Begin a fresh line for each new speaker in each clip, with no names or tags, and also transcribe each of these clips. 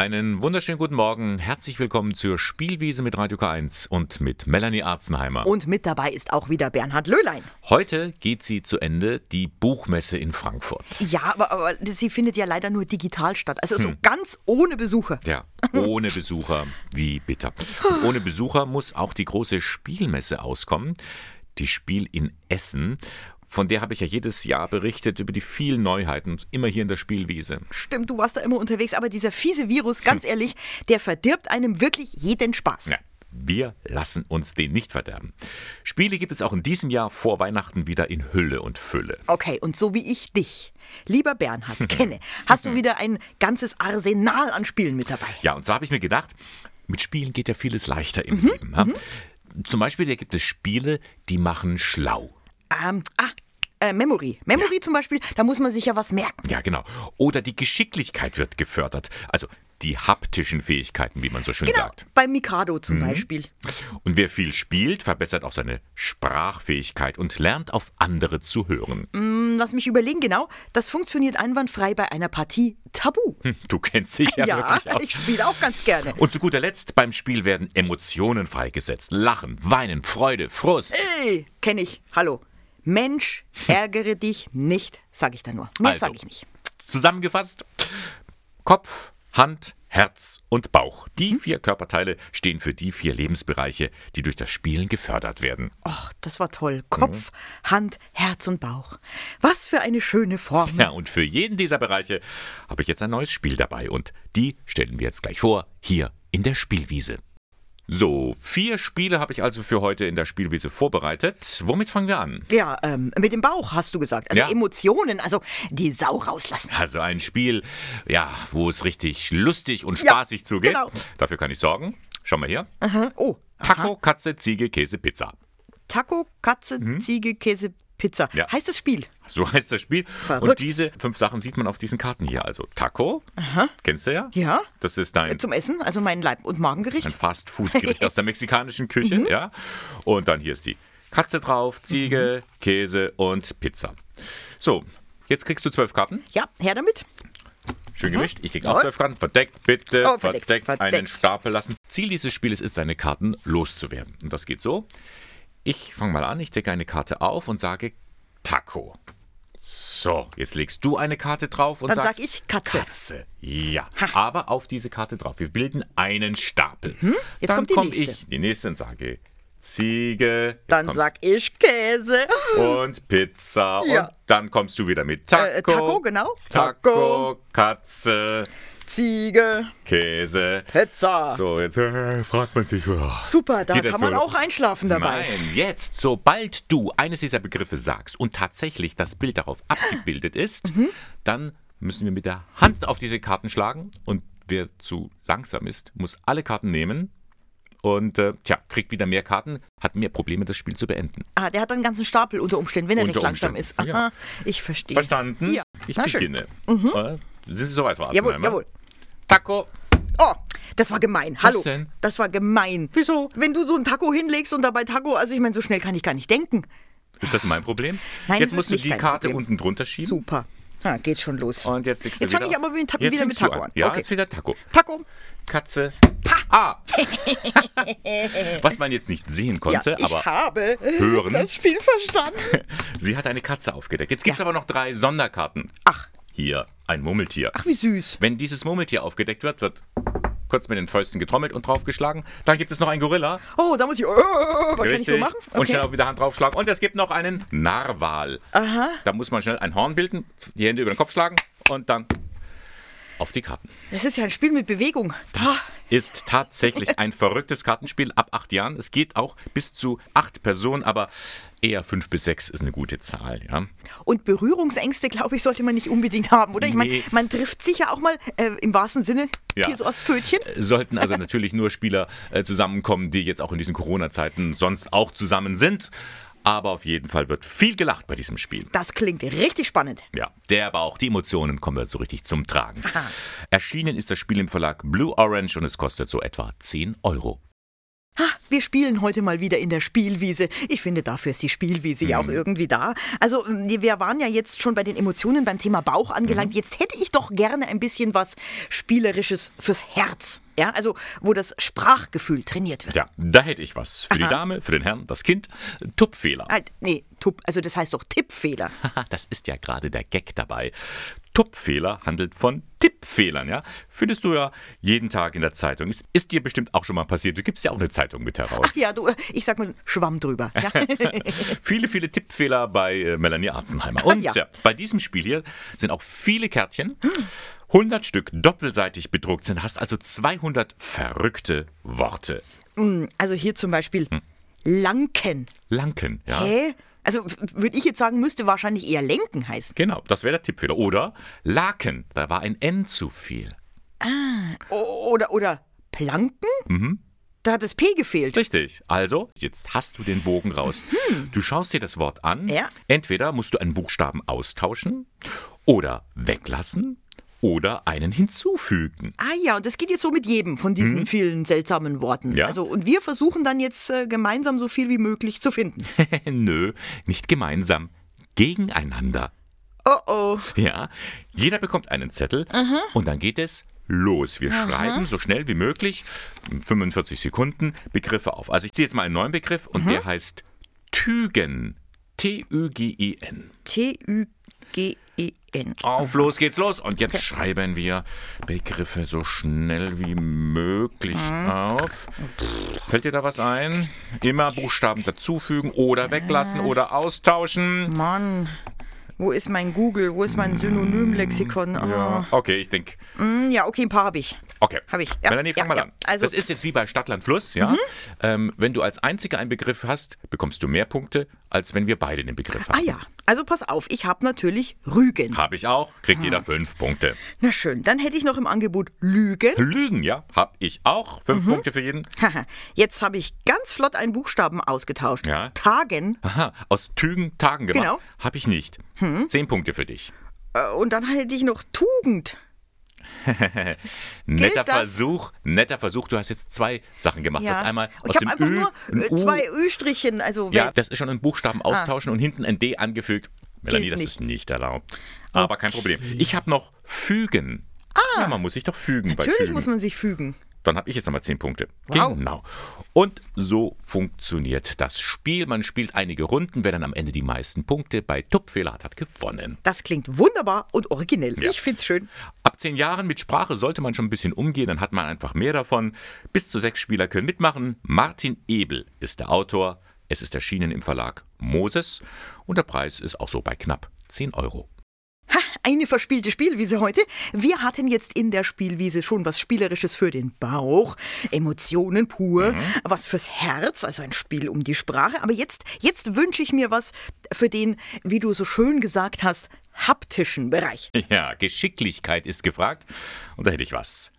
Einen wunderschönen guten Morgen. Herzlich willkommen zur Spielwiese mit Radio K1 und mit Melanie Arzenheimer.
Und mit dabei ist auch wieder Bernhard Löhlein.
Heute geht sie zu Ende, die Buchmesse in Frankfurt.
Ja, aber, aber sie findet ja leider nur digital statt. Also so ganz ohne Besucher.
Hm. Ja, ohne Besucher, wie bitter. Und ohne Besucher muss auch die große Spielmesse auskommen. Die Spiel in Essen. Von der habe ich ja jedes Jahr berichtet über die vielen Neuheiten und immer hier in der Spielwiese.
Stimmt, du warst da immer unterwegs, aber dieser fiese Virus, ganz ehrlich, der verdirbt einem wirklich jeden Spaß.
Hm. Ja, wir lassen uns den nicht verderben. Spiele gibt es auch in diesem Jahr vor Weihnachten wieder in Hülle und Fülle.
Okay, und so wie ich dich, lieber Bernhard, kenne, hast
Hm.
du wieder ein ganzes Arsenal an Spielen mit dabei.
Ja, und so habe ich mir gedacht, mit Spielen geht ja vieles leichter
Mhm,
im Leben. Ja? Zum Beispiel da gibt es Spiele, die machen schlau.
Ähm, ah, äh, Memory. Memory zum Beispiel, da muss man sich ja was merken.
Ja, genau. Oder die Geschicklichkeit wird gefördert. Also die haptischen Fähigkeiten, wie man so schön
Genau,
sagt.
bei Mikado
Mhm.
zum Beispiel.
Und wer viel spielt, verbessert auch seine Sprachfähigkeit und lernt auf andere zu hören.
Hm, Lass mich überlegen, genau, das funktioniert einwandfrei bei einer Partie Tabu.
Hm, Du kennst dich ja, wirklich aus.
ich spiele auch ganz gerne.
Und zu guter Letzt, beim Spiel werden Emotionen freigesetzt. Lachen, Weinen, Freude, Frust.
Ey, Äh, kenn ich. Hallo. Mensch, ärgere dich nicht, sag ich da nur. Mehr
Also.
sag ich nicht.
Zusammengefasst, Kopf, Hand, Herz und Bauch.
Mhm.
Die vier Körperteile stehen für die vier Lebensbereiche, die durch das Spielen gefördert werden.
Och, das war toll.
Mhm.
Kopf, Hand, Herz und Bauch. Was für eine schöne Form.
Ja, und für jeden dieser Bereiche habe ich jetzt ein neues Spiel dabei und die stellen wir jetzt gleich vor, hier in der Spielwiese. So, vier Spiele habe ich also für heute in der Spielwiese vorbereitet. Womit fangen wir an?
Ja, ähm, mit dem Bauch hast du gesagt. Also
Ja.
Emotionen, also die Sau rauslassen.
Also ein Spiel, ja, wo es richtig lustig und
Ja,
spaßig zugeht.
genau.
Dafür kann ich sorgen. Schau mal hier.
Aha. Oh,
Taco, Katze, Ziege, Käse, Pizza.
Taco, Katze, Ziege, Käse, Pizza.
Mhm. Ja.
Heißt das Spiel?
So heißt das Spiel. Und
Verrückt.
diese fünf Sachen sieht man auf diesen Karten hier. Also Taco, kennst du ja?
Ja.
Das ist dein
Zum Essen, also mein Leib- und Magengericht.
ein Fast-Food-Gericht aus der mexikanischen Küche,
Mhm.
ja. Und dann hier ist die Katze drauf,
Mhm.
Ziege, Käse und Pizza. So, jetzt kriegst du zwölf Karten.
Ja, her damit.
Schön gemischt. Ich krieg auch
Mhm. Jawohl.
zwölf Karten. Verdeckt, bitte.
Oh,
verdeckt,
verdeckt,
Einen
verdeckt.
Stapel lassen. Ziel dieses Spieles ist, seine Karten loszuwerden. Und das geht so. Ich fange mal an. Ich decke eine Karte auf und sage Taco. So, jetzt legst du eine Karte drauf und
Dann
sagst
sag ich Katze.
Katze. Ja, aber auf diese Karte drauf. Wir bilden einen Stapel.
Mhm. Jetzt
Dann
kommt die
komm
nächste.
ich die nächste und sage Ziege. Jetzt
Dann
kommt
sag ich Käse.
und Pizza
Ja.
und dann kommst du wieder mit Taco.
Äh, Taco, genau.
Taco, Katze,
Ziege,
Käse.
Pizza.
So, jetzt äh, fragt man sich. Oh.
Super, da
Geht das
kann man
so?
auch einschlafen dabei.
Nein, jetzt, sobald du eines dieser Begriffe sagst und tatsächlich das Bild darauf abgebildet ist,
Mhm.
dann müssen wir mit der Hand auf diese Karten schlagen und wer zu langsam ist, muss alle Karten nehmen und äh, tja, kriegt wieder mehr Karten, hat mehr Probleme, das Spiel zu beenden.
Ah, der hat einen ganzen Stapel unter Umständen, wenn er
Unter
nicht langsam ist.
Umständen,
Aha,
ja.
ich verstehe.
Verstanden?
Ja.
Ich
Na schön.
beginne. Äh, Sind Sie soweit, Frau
Jawohl,
Arzenheimer?
jawohl.
Taco.
Oh, das war gemein. Hallo.
denn?
Das war gemein.
Wieso?
Wenn du so einen Taco hinlegst und dabei Taco, also ich meine, so schnell kann ich gar nicht denken.
Ist das mein Problem?
Nein,
jetzt
das
musst
ist nicht
du die
dein
Karte
Problem.
unten drunter schieben.
Super. Ah, geht schon los.
Und jetzt legst du
Jetzt
wieder.
fange ich aber mit, Ta-
Jetzt
wieder mit
fängst du
Taco an.
Ja,
okay.
jetzt wieder Taco.
Taco.
Katze. Ah! Was man jetzt nicht sehen
Ja,
konnte,
ich
aber
habe
hören.
das Spiel verstanden.
sie hat eine Katze aufgedeckt. Jetzt gibt es aber noch drei Sonderkarten.
Ach,
Hier ein Murmeltier.
wie süß.
Wenn dieses Murmeltier aufgedeckt wird, wird kurz mit den Fäusten getrommelt und draufgeschlagen. Dann gibt es noch einen Gorilla.
Oh, da muss ich äh, wahrscheinlich so
Richtig.
machen.
Und schnell auch mit der Hand draufschlagen. Und es gibt noch einen Narwal. Aha. Da muss man schnell ein Horn bilden, die Hände über den Kopf schlagen und dann auf die Karten.
Das ist ja ein Spiel mit Bewegung.
Das ist tatsächlich ein verrücktes Kartenspiel ab acht Jahren. Es geht auch bis zu acht Personen, aber eher fünf bis sechs ist eine gute Zahl. Ja?
Und Berührungsängste, glaube ich, sollte man nicht unbedingt haben, oder? Ich
Nee.
meine, man trifft sich ja auch mal äh, im wahrsten Sinne
Ja.
hier so aus Pfötchen.
Sollten also natürlich nur Spieler äh, zusammenkommen, die jetzt auch in diesen Corona-Zeiten sonst auch zusammen sind. Aber auf jeden Fall wird viel gelacht bei diesem Spiel.
Das klingt richtig spannend.
Ja, der aber auch die Emotionen kommen da so richtig zum Tragen. Erschienen ist das Spiel im Verlag Blue Orange und es kostet so etwa 10 Euro.
Ha, wir spielen heute mal wieder in der Spielwiese. Ich finde, dafür ist die Spielwiese ja auch
Mhm.
irgendwie da. Also, wir waren ja jetzt schon bei den Emotionen beim Thema Bauch
Mhm.
angelangt. Jetzt hätte ich doch gerne ein bisschen was Spielerisches fürs Herz. Ja, also, wo das Sprachgefühl trainiert wird.
Ja, da hätte ich was. Für die Dame, für den Herrn, das Kind. Tuppfehler.
Ah, nee, Tupp, also das heißt doch Tippfehler.
Haha, das ist ja gerade der Gag dabei. Tuppfehler handelt von Tippfehlern, ja? Findest du ja jeden Tag in der Zeitung. Ist, ist dir bestimmt auch schon mal passiert. Du gibst ja auch eine Zeitung mit heraus.
Ja, du, äh, ich sag mal, Schwamm drüber. Ja.
viele, viele Tippfehler bei äh, Melanie Arzenheimer. Und
Ja.
ja. bei diesem Spiel hier sind auch viele Kärtchen. 100 Stück doppelseitig bedruckt sind, hast also 200 verrückte Worte.
Also hier zum Beispiel Lanken.
Lanken, ja.
Hä? Also würde ich jetzt sagen, müsste wahrscheinlich eher Lenken heißen.
Genau, das wäre der Tippfehler. Oder Laken, da war ein N zu viel.
O Mhm. oder, oder Planken? Da hat das P gefehlt.
Richtig. Also, jetzt hast du den Bogen raus. Du schaust dir das Wort an.
Mhm. Ja.
Entweder musst du einen Buchstaben austauschen oder weglassen oder einen hinzufügen.
Ah ja, und das geht jetzt so mit jedem von diesen vielen seltsamen Worten.
Ja.
Also und wir versuchen dann jetzt äh, gemeinsam so viel wie möglich zu finden.
Nö, nicht gemeinsam, gegeneinander.
Oh oh.
Ja, jeder bekommt einen Zettel und dann geht es los. Wir schreiben so schnell wie möglich, in 45 Sekunden, Begriffe auf. Also ich ziehe jetzt mal einen neuen Begriff und der heißt Tügen. T-Ü-G-I-N.
T U G E N.
Auf los geht's los. Und jetzt schreiben wir Begriffe so schnell wie möglich
Mhm.
auf. Fällt dir da was ein? Immer Buchstaben dazufügen oder weglassen oder austauschen.
Mann. Wo ist mein Google? Wo ist mein Synonymlexikon?
Ja.
Ah.
Okay, ich denke.
Hm, ja, okay, ein paar habe ich.
Okay.
Hab ich. Ja,
Melanie, fang
ja,
mal
ja.
an.
Also- Mhm.
das ist jetzt wie bei Stadtland Fluss, ja? Ähm, wenn du als einziger einen Begriff hast, bekommst du mehr Punkte, als wenn wir beide den Begriff haben.
Ah ja, also pass auf, ich habe natürlich Rügen.
Habe ich auch, kriegt
Ah.
jeder fünf Punkte.
Na schön, dann hätte ich noch im Angebot Lügen.
Lügen, ja, habe ich auch. Fünf
Mhm.
Punkte für jeden.
Haha, Jetzt habe ich ganz flott einen Buchstaben ausgetauscht.
Ja.
Tagen.
Aha, aus Tügen Tagen gemacht.
Genau. Hm?
Habe ich nicht. Zehn Punkte für dich.
Äh, Und dann hätte ich noch Tugend.
Netter
das?
Versuch, netter Versuch. Du hast jetzt zwei Sachen gemacht. Du hast einmal aus
ich habe
dem
einfach
Ü
nur
ein
äh,
U.
zwei Ü-Strichen. Also
Ja,
wer-
das ist schon ein Buchstaben austauschen und hinten ein D angefügt. Melanie,
Gilt
das
nicht.
ist
Oh.
nicht erlaubt. Aber kein Problem. Ich habe noch fügen. Ah, ja, man muss sich doch fügen bei
natürlich
fügen.
muss man sich fügen.
Dann habe ich jetzt nochmal 10 Punkte.
Wow.
Genau. Und so funktioniert das Spiel. Man spielt einige Runden. Wer dann am Ende die meisten Punkte bei Tupfehler hat, hat gewonnen.
Das klingt wunderbar und originell.
Ja.
Ich find's schön.
Ab zehn Jahren mit Sprache sollte man schon ein bisschen umgehen, dann hat man einfach mehr davon. Bis zu sechs Spieler können mitmachen. Martin Ebel ist der Autor. Es ist erschienen im Verlag Moses und der Preis ist auch so bei knapp 10 Euro.
Ha, eine verspielte Spielwiese heute. Wir hatten jetzt in der Spielwiese schon was Spielerisches für den Bauch, Emotionen pur, was fürs Herz, also ein Spiel um die Sprache. Aber jetzt, jetzt wünsche ich mir was für den, wie du so schön gesagt hast, haptischen Bereich.
Ja, Geschicklichkeit ist gefragt und da hätte ich was.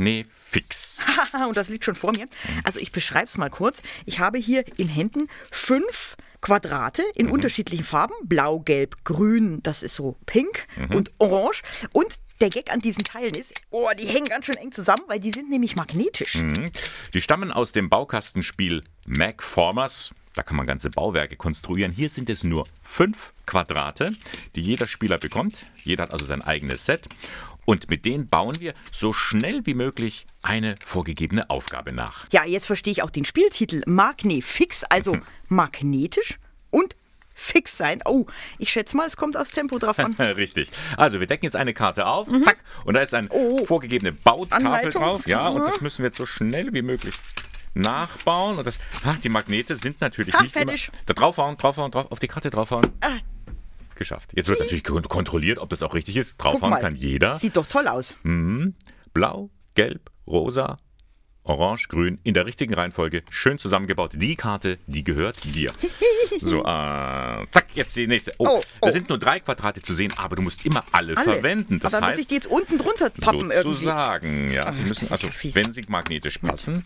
Magnefix.
Haha, und das liegt schon vor mir. Also ich beschreibe es mal kurz. Ich habe hier in Händen fünf Quadrate
Mhm.
in unterschiedlichen Farben. Blau, Gelb, Grün, das ist so pink
Mhm.
und orange. Und der Gag an diesen Teilen ist, oh, die hängen ganz schön eng zusammen, weil die sind nämlich magnetisch.
Mhm. Die stammen aus dem Baukastenspiel Magformers. Da kann man ganze Bauwerke konstruieren. Hier sind es nur fünf Quadrate, die jeder Spieler bekommt. Jeder hat also sein eigenes Set. Und mit denen bauen wir so schnell wie möglich eine vorgegebene Aufgabe nach.
Ja, jetzt verstehe ich auch den Spieltitel. Magnefix, also
Mhm.
magnetisch und fix sein. Oh, ich schätze mal, es kommt aufs Tempo drauf an.
Richtig. Also wir decken jetzt eine Karte auf, zack, und da ist eine vorgegebene Bautafel
Mhm. Oh. Anleitung.
drauf. Ja, und
Mhm.
das müssen wir jetzt so schnell wie möglich nachbauen. Und das, ach, die Magnete sind natürlich
Ha,
nicht immer-
fertig. Ah.
Da draufhauen, draufhauen, drauf, auf die Karte draufhauen. Geschafft. Jetzt wird natürlich kon- kontrolliert, ob das auch richtig ist.
Guck
Draufhauen
mal,
kann jeder. Hm.
Sieht doch toll aus.
Blau, gelb, rosa, orange, grün in der richtigen Reihenfolge. Schön zusammengebaut. Die Karte, die gehört dir. So, äh, zack, jetzt die nächste. Oh,
Oh, oh.
da sind nur drei Quadrate zu sehen, aber du musst immer alle,
Alle.
verwenden. Das
Aber dann muss ich
heißt,
die jetzt unten drunter tappen irgendwie. Oh,
sozusagen, ja, die müssen
ist
also,
ja fies.
wenn sie magnetisch passen.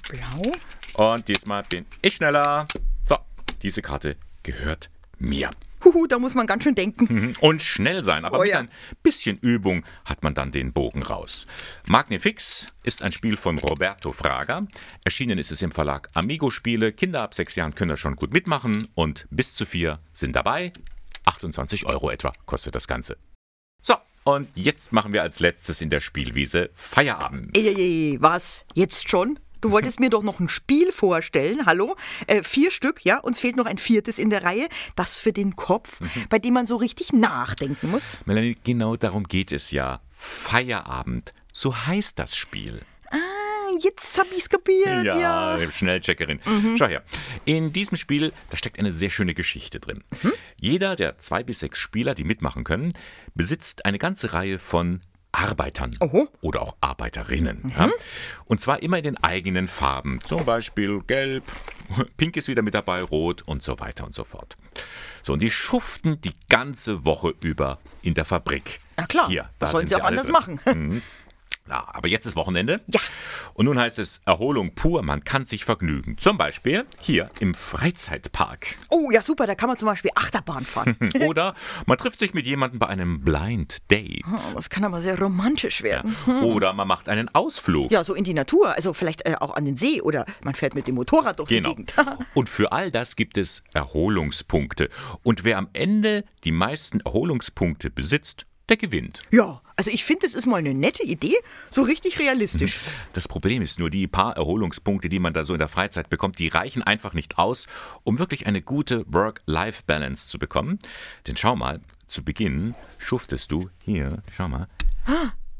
Blau,
Und diesmal bin ich schneller. So, diese Karte gehört mir.
Huhu, da muss man ganz schön denken.
Mhm. Und schnell sein. Aber
Oh
mit
ja.
ein bisschen Übung hat man dann den Bogen raus. Magnifix ist ein Spiel von Roberto Fraga. Erschienen ist es im Verlag Amigo Spiele. Kinder ab sechs Jahren können da schon gut mitmachen und bis zu vier sind dabei. 28 Euro etwa kostet das Ganze. So, und jetzt machen wir als letztes in der Spielwiese Feierabend.
Ey, ey, ey, was? Jetzt schon? Du wolltest mir doch noch ein Spiel vorstellen, hallo? Äh, vier Stück, ja, uns fehlt noch ein viertes in der Reihe, das für den Kopf,
Mhm.
bei dem man so richtig nachdenken muss.
Melanie, genau darum geht es ja. Feierabend. So heißt das Spiel.
Ah, jetzt hab ich's kapiert, ja. Mhm.
Schnellcheckerin. Schau her. In diesem Spiel, da steckt eine sehr schöne Geschichte drin.
Hm?
Jeder der zwei bis sechs Spieler, die mitmachen können, besitzt eine ganze Reihe von Arbeitern
Oho. Mhm.
oder auch Arbeiterinnen. Ja? Und zwar immer in den eigenen Farben. Zum Beispiel gelb, pink ist wieder mit dabei, rot und so weiter und so fort. So, und die schuften die ganze Woche über in der Fabrik.
Na klar,
Hier, da
was sollen
sind
sie auch
alle
anders
drin. Hm.
machen?
Na, aber jetzt ist Wochenende.
Ja.
Und nun heißt es Erholung pur, man kann sich vergnügen. Zum Beispiel hier im Freizeitpark.
Oh ja, super, da kann man zum Beispiel Achterbahn fahren.
Oder man trifft sich mit jemandem bei einem Blind Date.
Oh, Das kann aber sehr romantisch werden.
Oder man macht einen Ausflug.
Ja, so in die Natur, also vielleicht äh, auch an den See oder man fährt mit dem Motorrad durch
Genau.
die Gegend.
Und für all das gibt es Erholungspunkte. Und wer am Ende die meisten Erholungspunkte besitzt, der gewinnt.
ja, also ich finde, das ist mal eine nette Idee, so richtig realistisch.
Das Problem ist nur, die paar Erholungspunkte, die man da so in der Freizeit bekommt, die reichen einfach nicht aus, um wirklich eine gute Work-Life-Balance zu bekommen. Denn schau mal, zu Beginn schuftest du hier, schau mal,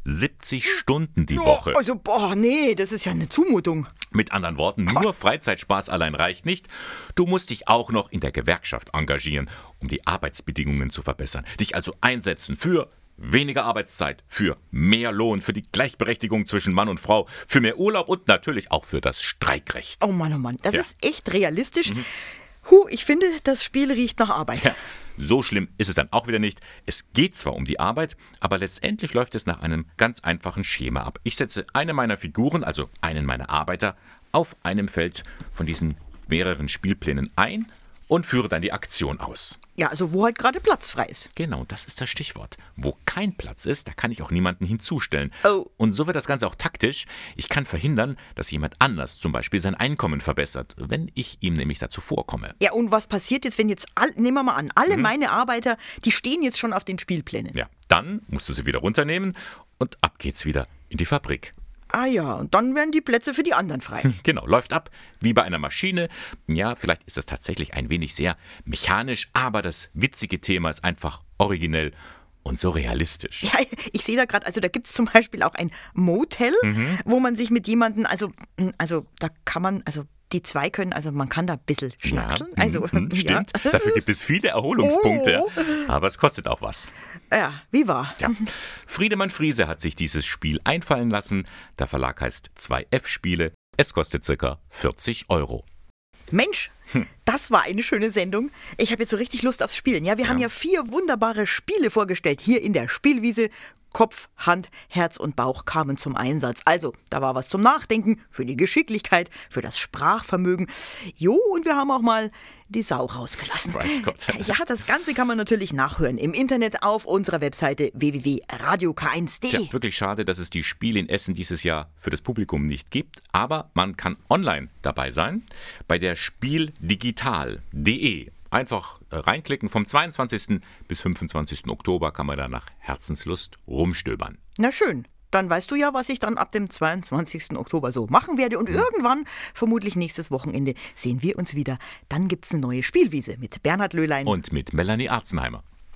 70 Stunden die Woche.
Oh, also, boah, nee, das ist ja eine Zumutung.
Mit anderen Worten, nur Freizeitspaß allein reicht nicht. Du musst dich auch noch in der Gewerkschaft engagieren, um die Arbeitsbedingungen zu verbessern. Dich also einsetzen für weniger Arbeitszeit, für mehr Lohn, für die Gleichberechtigung zwischen Mann und Frau, für mehr Urlaub und natürlich auch für das Streikrecht.
Oh Mann, oh Mann, das
Ja. Mhm.
ist echt realistisch. Huh, ich finde, das Spiel riecht nach Arbeit.
Tja, so schlimm ist es dann auch wieder nicht. Es geht zwar um die Arbeit, aber letztendlich läuft es nach einem ganz einfachen Schema ab. Ich setze eine meiner Figuren, also einen meiner Arbeiter, auf einem Feld von diesen mehreren Spielplänen ein und führe dann die Aktion aus.
Ja, also wo halt gerade Platz frei ist.
Genau, das ist das Stichwort. Wo kein Platz ist, da kann ich auch niemanden hinzustellen.
Oh.
Und so wird das Ganze auch taktisch. Ich kann verhindern, dass jemand anders zum Beispiel sein Einkommen verbessert, wenn ich ihm nämlich dazu vorkomme.
Ja, und was passiert jetzt, wenn jetzt, all, nehmen wir mal an, alle meine Arbeiter, die stehen jetzt schon auf den Spielplänen.
Mhm. Ja, dann musst du sie wieder runternehmen und ab geht's wieder in die Fabrik.
Ah ja, und dann werden die Plätze für die anderen frei.
Genau, läuft ab, wie bei einer Maschine. Ja, vielleicht ist das tatsächlich ein wenig sehr mechanisch, aber das witzige Thema ist einfach originell und so realistisch.
Ja, ich sehe da gerade, also da gibt es zum Beispiel auch ein Motel,
Mhm.
wo man sich mit jemandem, also, mh, also da kann man, also die zwei können, also man kann da ein bisschen schnackseln. also,
mhm,
ja.
stimmt. Dafür gibt es viele Erholungspunkte,
Oh.
aber es kostet auch was.
Ja, wie war?
Ja. Friedemann Friese hat sich dieses Spiel einfallen lassen. Der Verlag heißt 2F Spiele. Es kostet circa 40 Euro.
Mensch,
Hm.
das war eine schöne Sendung. Ich habe jetzt so richtig Lust aufs Spielen. Ja, wir haben ja vier wunderbare Spiele vorgestellt hier in der Spielwiese. Kopf, Hand, Herz und Bauch kamen zum Einsatz. Also, da war was zum Nachdenken, für die Geschicklichkeit, für das Sprachvermögen. Jo, und wir haben auch mal die Sau rausgelassen.
Weiß Gott.
Ja, das Ganze kann man natürlich nachhören im Internet auf unserer Webseite www.radiok1.de.
Tja, wirklich schade, dass es die Spiele in Essen dieses Jahr für das Publikum nicht gibt, aber man kann online dabei sein bei der spieldigital.de. Einfach äh, reinklicken. Vom 22. bis 25. Oktober kann man da nach Herzenslust rumstöbern.
Na schön. Dann weißt du ja, was ich dann ab dem 22. Oktober so machen werde. Und irgendwann, vermutlich nächstes Wochenende, sehen wir uns wieder. Dann gibt's eine neue Spielwiese mit Bernhard Löhlein.
Und mit Melanie Arzenheimer.